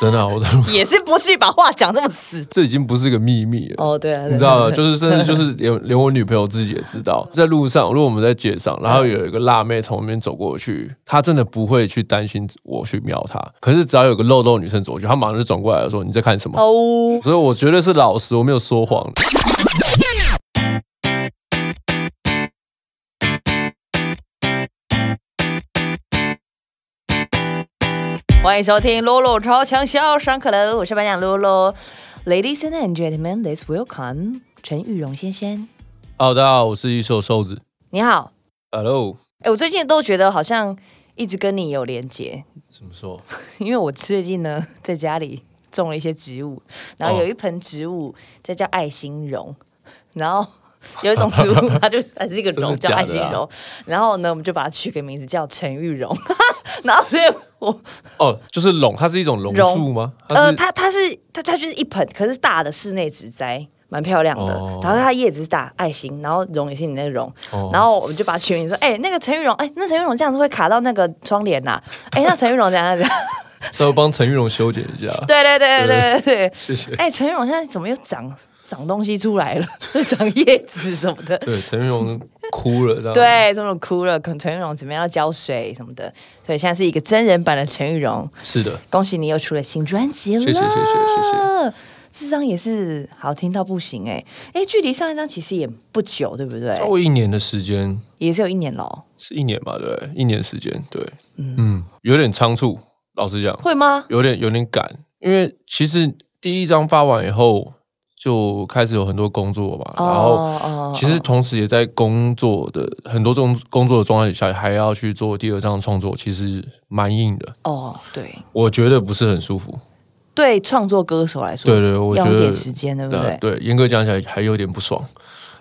真的啊、我真的也是不去把话讲这么死这已经不是个秘密了。哦，对啊，你知道，对啊就是甚 至就是连连我女朋友自己也知道，在路上，如果我们在街上，然后嗯有一个辣妹从我面走过去，她真的不会去担心我去瞄她，可是只要有个漏洞女生走过去，她马上就转过来说你在看什么？哦，所以我绝对是老实，我没有说谎。欢迎收听露露超强笑，上课喽！我是班长露露。Ladies and gentlemen, let's welcome 陈玉荣先生。好，哦大家好，我是一瘦瘦子。你好， Hello，哎，我最近都觉得好像一直跟你有连结， 怎么说？因为我最近呢在家里种了一些植物，然后哦有一盆植物，这叫爱心榕，然后 有一种 植物，它就它是一个真的榕，叫假爱的心啊榕。然后呢，我们就把它取个名字叫陈玉榕。 然后所以我哦，就是龙，它是一种龙榕树吗？它呃，是它它是它它就是一盆，可是大的室内植栽。蛮漂亮的，哦然后它叶子是大爱心，然后榕也是你那榕，哦然后我们就把它取名说，哎、那个陈玉榕，哎、那陈玉榕这样子会卡到那个窗帘呐、哎、那陈玉榕怎样怎 样，。稍微帮陈玉龙修剪一下对对对对对对，谢谢。哎，陈玉龙现在怎么又长长东西出来了？ 长叶子什么的。对，陈玉龙哭了，这样。对，这种哭了，可能陈玉龙怎么样要浇水什么的，所以现在是一个真人版的陈玉龙。是的，恭喜你又出了新专辑了，谢谢谢谢谢谢。智商也是好听到不行哎、哎，距离上一张其实也不久，对不对？超过一年的时间，也是有一年哦喽，是一年吧？对，一年时间，对，嗯，有点仓促，老实讲，会吗？有点有点赶，因为其实第一张发完以后就开始有很多工作嘛，然后。哦其实同时也在工作的很多种工作的状态下，还要去做第二张创作，其实蛮硬的，哦，对我觉得不是很舒服。对，创作歌手来说，对对，我觉要得一点时间，对不对呃？对，严格讲起来还有点不爽。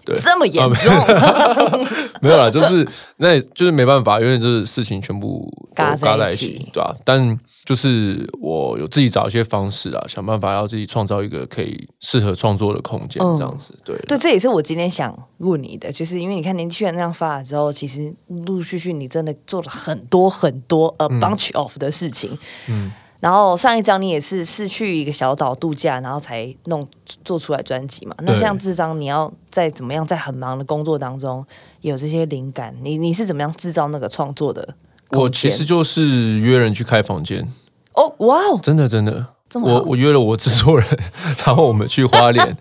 对这么严啊没重， 没有啦，就是那也就是没办法，因为这事情全部都嘎在一在起对吧、啊但就是我有自己找一些方式啊，想办法要自己创造一个可以适合创作的空间，嗯这样子。对对，这也是我今天想问你的，就是因为你看年纪然那样发了之后，其实陆陆续续你真的做了很多很多呃嗯 bunch of 的事情，嗯。然后上一张你也是是去一个小岛度假，然后才弄做出来专辑嘛。那对像这张，你要在怎么样在很忙的工作当中有这些灵感？你你是怎么样制造那个创作的空间？我其实就是约人去开房间，哦哇哦，真的真的。这么好我我约了我制作人，然后我们去花莲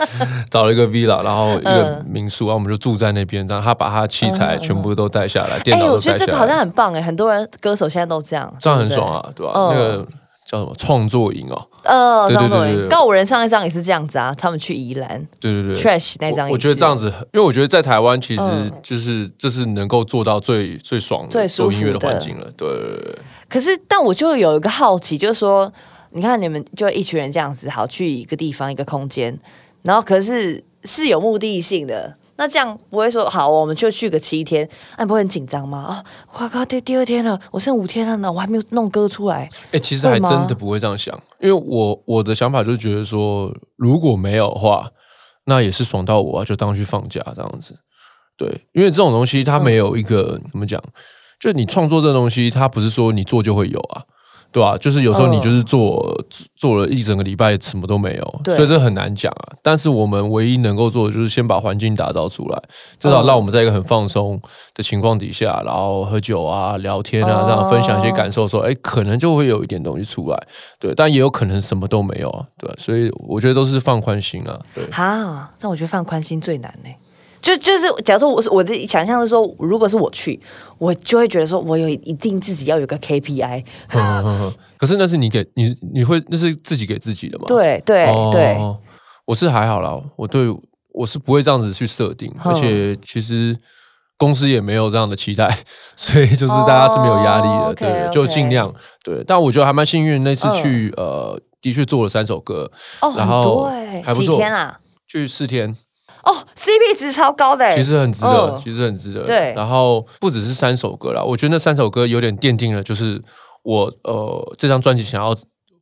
找了一个 villa，然后一个嗯民宿，然后我们就住在那边，然后他把他器材全部都带下来，电哎、脑我都觉带得这下个好像来，很棒哎，很多人歌手现在都这样，这样很对不对爽。啊，对吧？嗯那个叫什么创作营哦，呃，对对张对作对霖，对告五人上一张也是这样子啊，他们去宜兰对对对 trash 那张也我是，我觉得这样子很，因为我觉得在台湾其实嗯就是这是能够做到最最爽的、最舒服做音乐的的环境了。对对对对可是，但我就有一个好奇，就是说，你看你们就一群人这样子，好去一个地方一个空间，然后可是是有目的性的。那这样不会说好，我们就去个七天，那、你不会很紧张吗？啊，我靠，第第二天了，我剩五天了呢，我还没有弄歌出来。哎、其实还会吗真的不会这样想，因为我我的想法就是觉得说，如果没有的话，那也是爽到我啊，就当去放假这样子。对，因为这种东西它嗯没有一个、怎么讲，就你创作这东西，它不是说你做就会有啊，对吧、就是有时候嗯你就是做、做了一整个礼拜什么都没有，对所以这很难讲啊。但是我们唯一能够做的就是先把环境打造出来，至少嗯让我们在一个很放松的情况底下，然后喝酒啊、聊天啊，这哦样分享一些感受的时候，哎，可能就会有一点东西出来，对，但也有可能什么都没有啊，对吧，所以我觉得都是放宽心啊， 对，哈，但我觉得放宽心最难呢、就就是，假如说我是我的想象是说，如果是我去，我就会觉得说，我有一定自己要有个 KPI，嗯嗯嗯可是那是你给你你会那是自己给自己的嘛？对对哦对，我是还好啦，我对我是不会这样子去设定，嗯而且其实公司也没有这样的期待， 所以就是大家是没有压力的，哦嗯对对 OK，OK 就尽量对。但我觉得还蛮幸运，那次去、呃，的确做了三首歌，哦，很然后多哎、还不几错天啊？去四天，哦，CP 值超高的、欸，其实很值得，嗯其实很值得。对然后不只是三首歌啦，我觉得那三首歌有点奠定了，就是我呃这张专辑想要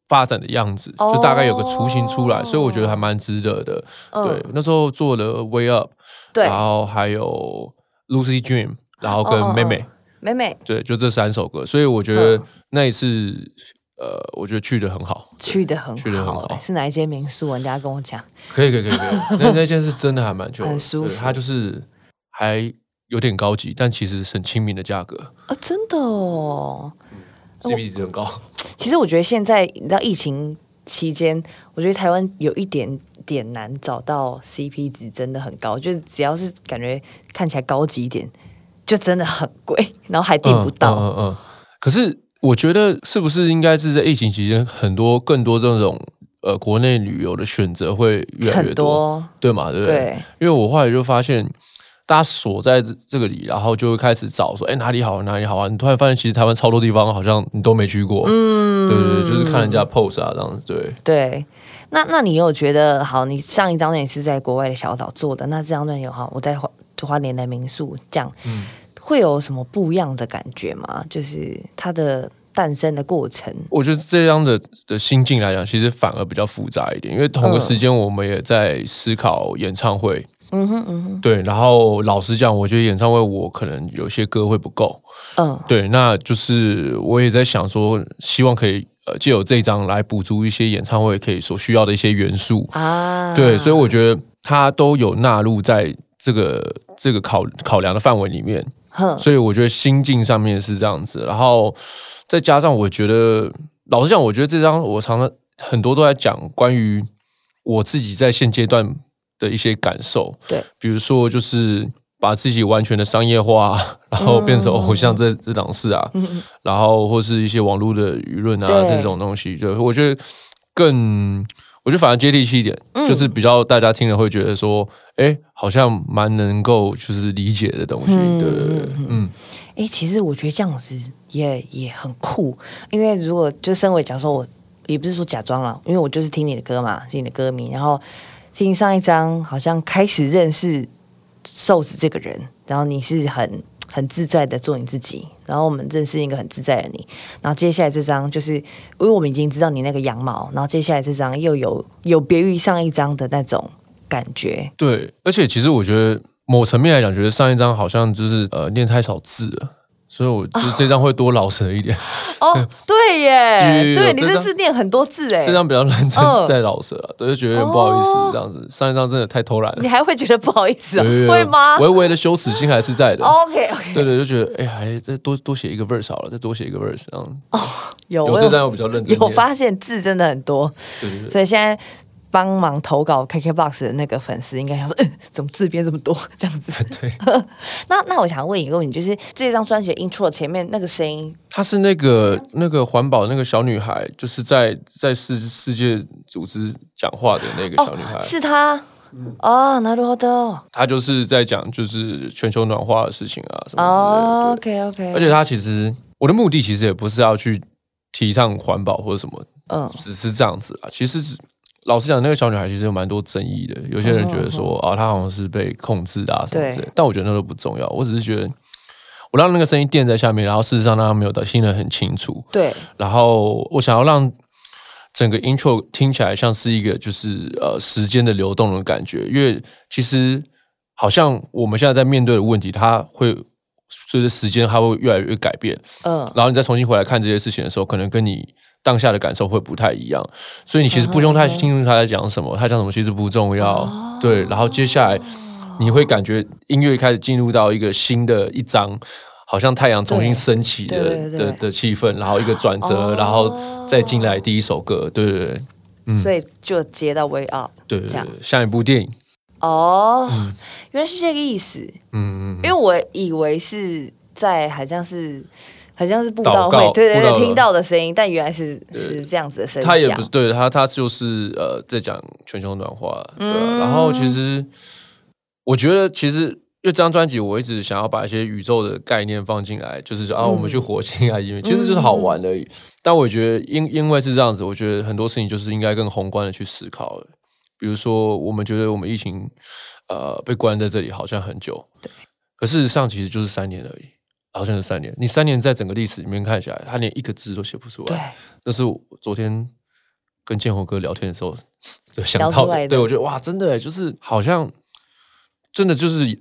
发展的样子，就大概有个雏形出来，哦所以我觉得还蛮值得的。对嗯，，那时候做了 Way Up，对然，后还有 Lucy Dream，然后哦哦跟妹妹，哦妹妹对，就这三首歌，所以我觉得嗯那一次，呃，我觉得去的很好，去的很去得很好、欸好是哪一间民宿？人家跟我讲，可以，可以，可以，可以。那那件事真的还蛮久的，很舒服对它就是还有点高级，但其实是很亲民的价格啊，真的哦。 ，CP 值很高。其实我觉得现在你知道疫情期间，我觉得台湾有一点点难找到 CP 值真的很高，就是只要是感觉看起来高级一点，就真的很贵，然后还 订不到。嗯嗯嗯嗯可是我觉得是不是应该是在疫情期间，很多更多这种呃国内旅游的选择会越来越很多对嘛？对不对？对因为我后来就发现。大家锁在这这个里，然后就会开始找说，哎、哪里好玩，哪里好玩。你突然发现，其实台湾超多地方好像你都没去过，嗯，对对对，就是看人家 pose 啊，这样子，对。对，那那你有觉得好？你上一张专辑是在国外的小岛做的，那这张专辑好，我在花花莲的民宿这样，嗯会有什么不一样的感觉吗？就是它的诞生的过程，我觉得这样的的心境来讲，其实反而比较复杂一点，因为同个时间我们也在思考演唱会。嗯哼，嗯哼，对。然后老实讲，我觉得演唱会我可能有些歌会不够。嗯，对，那就是我也在想说，希望可以呃借由这一张来补足一些演唱会可以所需要的一些元素。啊，对，所以我觉得它都有纳入在这个这个考考量的范围里面。哼，所以我觉得心境上面是这样子，然后再加上我觉得，老实讲，我觉得这张我常常很多都在讲关于我自己在现阶段的一些感受，对，比如说就是把自己完全的商业化，然后变成偶像这、这档事啊，嗯然后或是一些网络的舆论啊对这种东西，对我觉得更。我觉得反而接地气一点，就是比较大家听了会觉得说，哎、好像蛮能够就是理解的东西，对对对，嗯，哎、其实我觉得这样子也也很酷，因为如果就身为假如说我也不是说假装了，因为我就是听你的歌嘛，是你的歌迷，然后听上一张好像开始认识瘦子这个人，然后你是很很自在的做你自己，然后我们认识一个很自在的你，然后接下来这张就是因为我们已经知道你那个羊毛，然后接下来这张又有有别于上一张的那种感觉，对，而且其实我觉得某层面来讲，觉得上一张好像就是呃念太少字了。所以我就这张会多老实一点，哦，对耶，有有有对你这这张次念很多字哎，这张比较认真嗯再老实了，对，就觉得有点不好意思哦这样子。上一张真的太偷懒了 你，还会觉得不好意思、哦有有有，会吗哦微微的羞耻心还是在的， ？OK OK， 对对，就觉得哎呀，还再多多写一个 verse 好了，再多写一个 verse，然后有有哦我这有张我比较认真一点，有发现字真的很多，对对对，所以现在帮忙投稿 KKBOX 的那个粉丝应该想说，嗯，怎么字变这么多这样子？ 对。 那那我想问一个问题，就是这张专辑的 intro 前面那个声音，她是那个那个环保那个小女孩，就是在在世世界组织讲话的那个小女孩，是他嗯哦，なるほど他就是在讲就是全球暖化的事情啊什哦么之类的。 ，OK 对 OK，而且他其实我的目的其实也不是要去提倡环保或者什么，嗯只是这样子啊。其实是老实讲，那个小女孩其实有蛮多争议的。有些人觉得嗯说啊，她好像是被控制的啊什么之类的，但我觉得那都不重要。我只是觉得我让那个声音垫在下面，然后事实上大家没有听得很清楚。对，然后我想要让整个 intro 听起来像是一个就是呃时间的流动的感觉，因为其实好像我们现在在面对的问题，它会随着时间它会越来越改变，嗯然后你再重新回来看这些事情的时候，可能跟你。当下的感受会不太一样，所以你其实不用嗯太清楚他在讲什么，他讲什么其实不重要，哦对。然后接下来你会感觉音乐开始进入到一个新的一章，好像太阳重新对升起的对对对的的气氛，然后一个转折，哦然后再进来第一首歌，对对对所以就接到 Way Up 对对这样对，像一部电影，哦，原来是这个意思。嗯嗯嗯因为我以为是在好像是好像是布道祷会告，对对布道对，会听到的声音，但原来是是这样子的声嗯，响。他也不是对他他就是呃在讲全球暖化，对啊、然后其实我觉得其实。因为这张专辑，我一直想要把一些宇宙的概念放进来，就是说啊，我们去火星啊，因为其实就是好玩而已。但我觉得因因为是这样子，我觉得很多事情就是应该更宏观的去思考的。比如说，我们觉得我们疫情呃被关在这里好像很久，可事实上其实就是三年而已。好像是三年。你三年在整个历史里面看起来，他连一个字都写不出对来。那是我昨天跟建宏哥聊天的时候 就想聊到出来的对我觉得哇，真的耶欸就是好像真的就是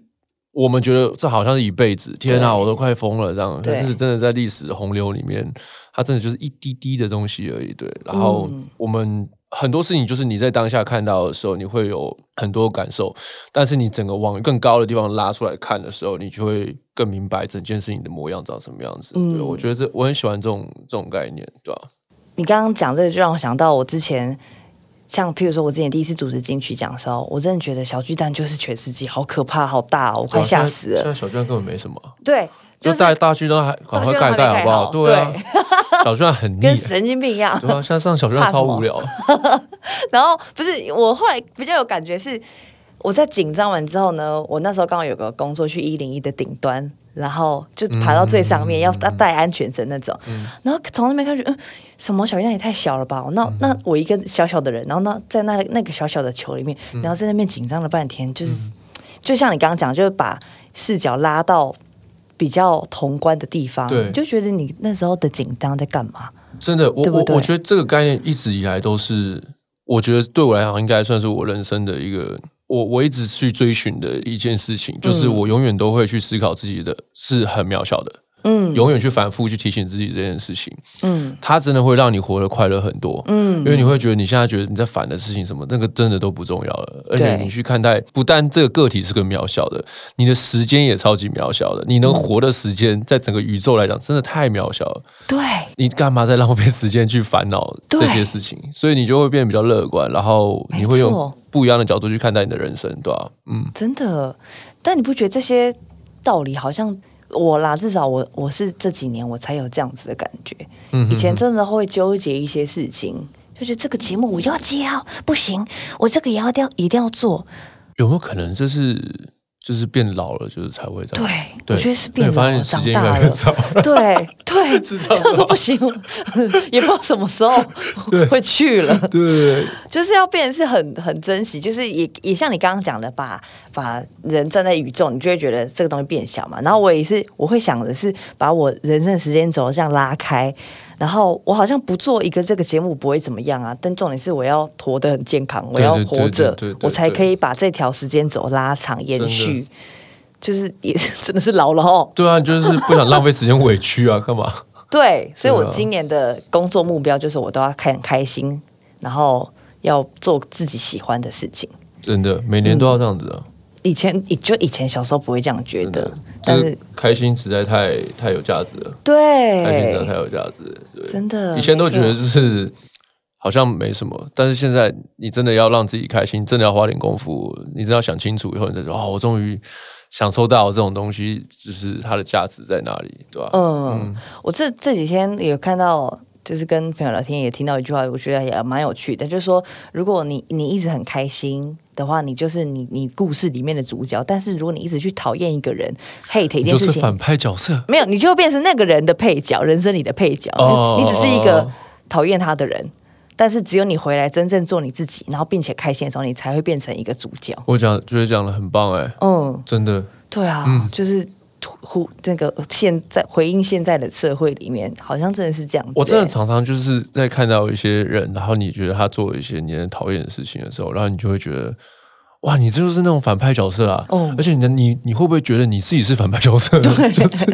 我们觉得这好像是一辈子，天啊，对我都快疯了这样。对可是真的在历史洪流里面，它真的就是一滴滴的东西而已。对，然后嗯我们很多事情就是你在当下看到的时候，你会有很多感受，但是你整个往更高的地方拉出来看的时候，你就会更明白整件事情的模样长什么样子。对，嗯我觉得这我很喜欢这种这种概念，对吧、啊你刚刚讲这个，就让我想到我之前，像譬如说我之前第一次主持金曲奖的时候，我真的觉得小巨蛋就是全世界，好可怕，好大、哦，我对快啊吓死现在现了。在小巨蛋根本没什么，对，就就大是大巨蛋还赶快大巨蛋盖一盖还没好不好？盖好对啊， 小巨 蛋很腻跟，神经病一样。对啊，现在上小巨蛋怕什超么无聊。然后不是我后来比较有感觉是，我在紧张完之后呢，我那时候刚好有个工作去一零一的顶端，然后就爬到最上面，要戴安全绳那种。然后从那边开始，嗯，什么小鱼蛋也太小了吧？那那我一个小小的人，然后那在那那个小小的球里面，然后在那边紧张了半天，就是、就像你刚刚讲，就是把视角拉到。比较宏观的地方，对你就觉得你那时候的紧张在干嘛？真的，我对不我对我觉得这个概念一直以来都是，我觉得对我来讲应该算是我人生的一个，我我一直去追寻的一件事情，就是我永远都会去思考自己的是很渺小的，嗯永远去反复去提醒自己这件事情，嗯它真的会让你活得快乐很多。因嗯，为你会觉得你现在觉得你在烦的事情什么，那个真的都不重要了。而且对你去看待，不但这个个体是个渺小的，你的时间也超级渺小的。你能活的时间，在整个宇宙来讲，真的太渺小了。对，你干嘛在浪费时间去烦恼对这些事情？所以你就会变得比较乐观，然后你会没错用不一样的角度去看待你的人生，对吧、嗯，真的，但你不觉得这些道理好像我啦？至少我我是这几年我才有这样子的感觉。嗯以前真的会纠结一些事情，就觉得这个节目我要接啊，不行，我这个也要一定要一定要做。有没有可能这是就是变老了，就是才会这对样？，我觉得是变你发老了，现时长间越大来越了。少 了。对 对，是这样吗就说不行， 也不知道什么时候会去了。 对，就是要变得是很很珍惜，就是也也像你刚刚讲的，把把人站在宇宙，你就会觉得这个东西变小嘛。然后我也是，我会想的是把我人生的时间轴这样拉开，然后我好像不做一个这个节目不会怎么样啊，但重点是我要活得很健康，我对要对对活着对对对，我才对可以把这条时间轴拉长真的延续。就是也真的是 老了哦，对啊，就是不想浪费时间委屈啊，干嘛？对，所以对我啊今年的工作目标就是我都要看开心，然后要做自己喜欢的事情。真的，每年都要这样子啊，以前以就以前小时候不会这样觉真得的，，就嗯但是是开心实在太太有价值了，开心实在对，太有价值了。对。真的以前都觉得没就错是好像没什么，但是现在你真的要让自己开心，真的要花点功夫，你真的要想清楚以后，你再说哦，我终于享受到这种东西，就是它的价值在哪里，对吧、嗯，我这这几天有看到。就是跟朋友聊天，也听到一句话，我觉得也蛮有趣的，就是说，如果你你一直很开心的话，你就是你你故事里面的主角；但是如果你一直去讨厌一个人，hate 一你件就事是情，反派角色，没有，你就会变成那个人的配角，人生里的配角。哦你你只是一哦个讨厌他的人，但是只有你回来真正做你自己，然后并且开心的时候，你才会变成一个主角。我讲觉得讲的很棒哎、嗯，真的，对啊，嗯就是突忽那个现在回应现在的社会里面，好像真的是这样子欸、我真的常常就是在看到一些人，然后你觉得他做一些你很讨厌的事情的时候，然后你就会觉得。哇，你这就是那种反派角色啊！哦而且你的你你会不会觉得你自己是反派角色呢？ 就是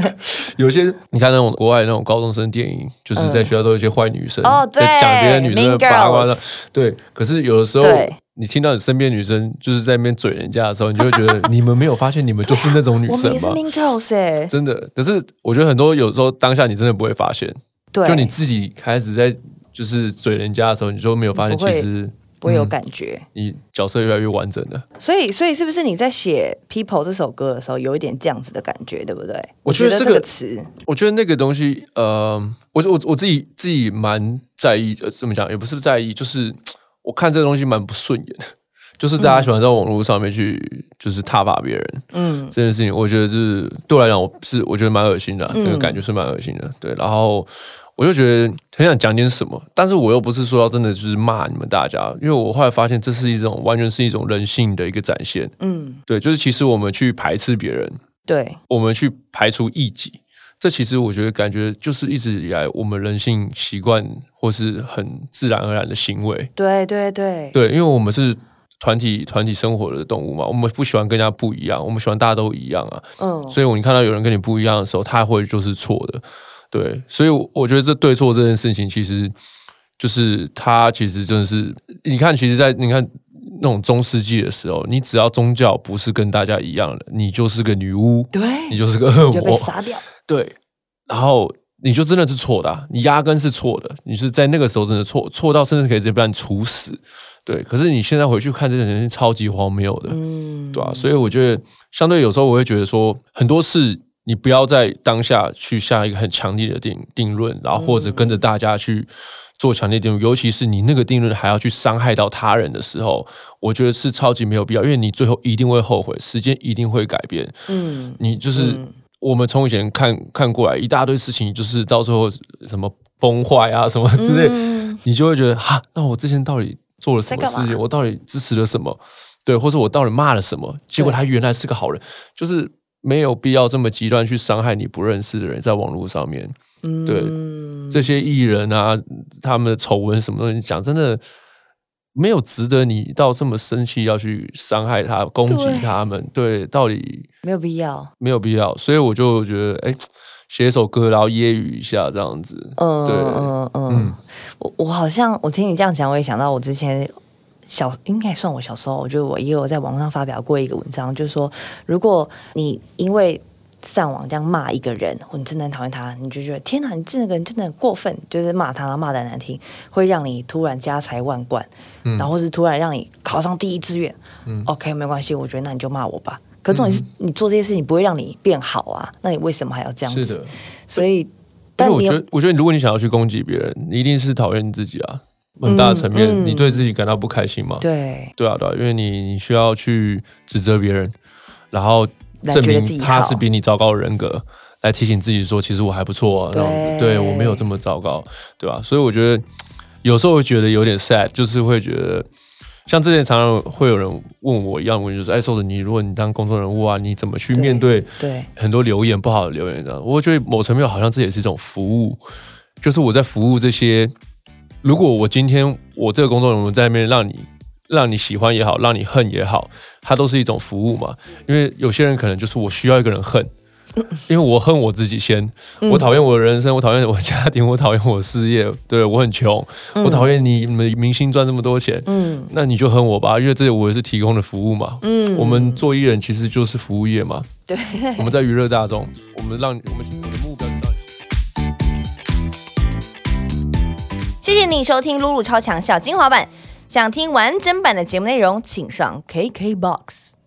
有些你看那种国外那种高中生电影，就是在学校都有一些坏女生，哦对在讲别的女生的 Mean 八卦的 Girls。对，可是有的时候对你听到你身边女生就是在那边嘴人家的时候，你就会觉得你们没有发现你们就是那种女 我生们也是吗？ Mean Girls 哎、真的，可是我觉得很多有时候当下你真的不会发现，对，就你自己开始在就是嘴人家的时候，你就没有发现不其会实不会有感觉。你角色越来越完整了。所以，所以是不是你在写《People》这首歌的时候，有一点这样子的感觉，对不对？我觉觉得这这个个词，我觉得那个东西，呃，我我我自己自己蛮在意，呃，怎么讲也不是在意，就是我看这个东西蛮不顺眼的，就是大家喜欢在网络上面去就是挞伐别人，嗯，这件事情，我觉得是对我来讲，我是我觉得蛮恶心的啊、嗯这个感觉是蛮恶心的。对，然后我就觉得很想讲点什么，但是我又不是说要真的就是骂你们大家，因为我后来发现这是一种完全是一种人性的一个展现。嗯，对，就是其实我们去排斥别人，对，我们去排除异己，这其实我觉得感觉就是一直以来我们人性习惯或是很自然而然的行为。对对对，对，因为我们是团体团体生活的动物嘛，我们不喜欢跟人家不一样，我们喜欢大家都一样啊。嗯，所以我你看到有人跟你不一样的时候，他会就是错的。对，所以我我觉得这对错这件事情，其实就是他其实真的是，你看，其实在，你看那种中世纪的时候，你只要宗教不是跟大家一样的，你就是个女巫，对，你就是个恶你就被魔，杀掉。对，然后你就真的是错的啊、你压根是错的，你是在那个时候真的错，错到甚至可以直接被人处死。对，可是你现在回去看这件事情，超级荒谬的。嗯，对啊，所以我觉得相对有时候我会觉得说，很多事你不要在当下去下一个很强烈的定定论，然后或者跟着嗯大家去做强烈定论，尤其是你那个定论还要去伤害到他人的时候，我觉得是超级没有必要，因为你最后一定会后悔，时间一定会改变，嗯，你就是。我们从以前看看过来一大堆事情，就是到最后什么崩坏啊什么之类，嗯你就会觉得哈，那我之前到底做了什么在干事嘛情？我到底支持了什么？对，或者我到底骂了什么？结果他原来是个好人，就是没有必要这么极端去伤害你不认识的人，在网络上面，对嗯这些艺人啊，他们的丑闻什么东西，讲真的没有值得你到这么生气要去伤害他、攻击对他们。对，到底没有必要。没有必要，所以我就觉得，哎，写一首歌，然后揶揄一下这样子，嗯对嗯嗯嗯，我我好像我听你这样讲，我也想到我之前。小应该也算我小时候，我觉得我也有在网上发表过一个文章，就是说，如果你因为上网这样骂一个人，或你真的很讨厌他，你就觉得天哪，你这个人真的很过分，就是骂他，骂的难听，会让你突然家财万贯，嗯然后是突然让你考上第一志愿。OK，没关系，我觉得那你就骂我嗯吧。可重点是你做这些事情不会让你变好啊，那你为什么还要这样子？是的。所以，但但是我你觉有得，我觉得如果你想要去攻击别人，你一定是讨厌你自己啊，很大的层面，嗯嗯你对自己感到不开心嘛？对对啊，对啊，因为你你需要去指责别人，然后来证觉得自明己他好是比你糟糕的人格，来提醒自己说，其实我还不错、啊，这样子，对对我没有这么糟糕，对吧、啊所以我觉得有时候会觉得有点 sad，就是会觉得。像之前常常会有人问我一样的问题，就是哎，瘦子，你如果你当公众人物啊，你怎么去对面对对，很多留言不好的留言这样，我觉得某层面好像这也是一种服务，就是我在服务这些。如果我今天我这个工作人员在那边让你让你喜欢也好，让你恨也好，它都是一种服务嘛。因为有些人可能就是我需要一个人恨，因为我恨我自己先，嗯我讨厌我的人生，我讨厌我的家庭，我讨厌我的事业，对我很穷，我讨厌你们明星赚这么多钱，嗯那你就恨我吧，因为这我也是提供的服务嘛。嗯我们做艺人其实就是服务业嘛，对，我们在娱乐大众，我们让我们我们的目标是让你谢谢你收听露露超强小精华版。想听完整版的节目内容，请上 KKBOX。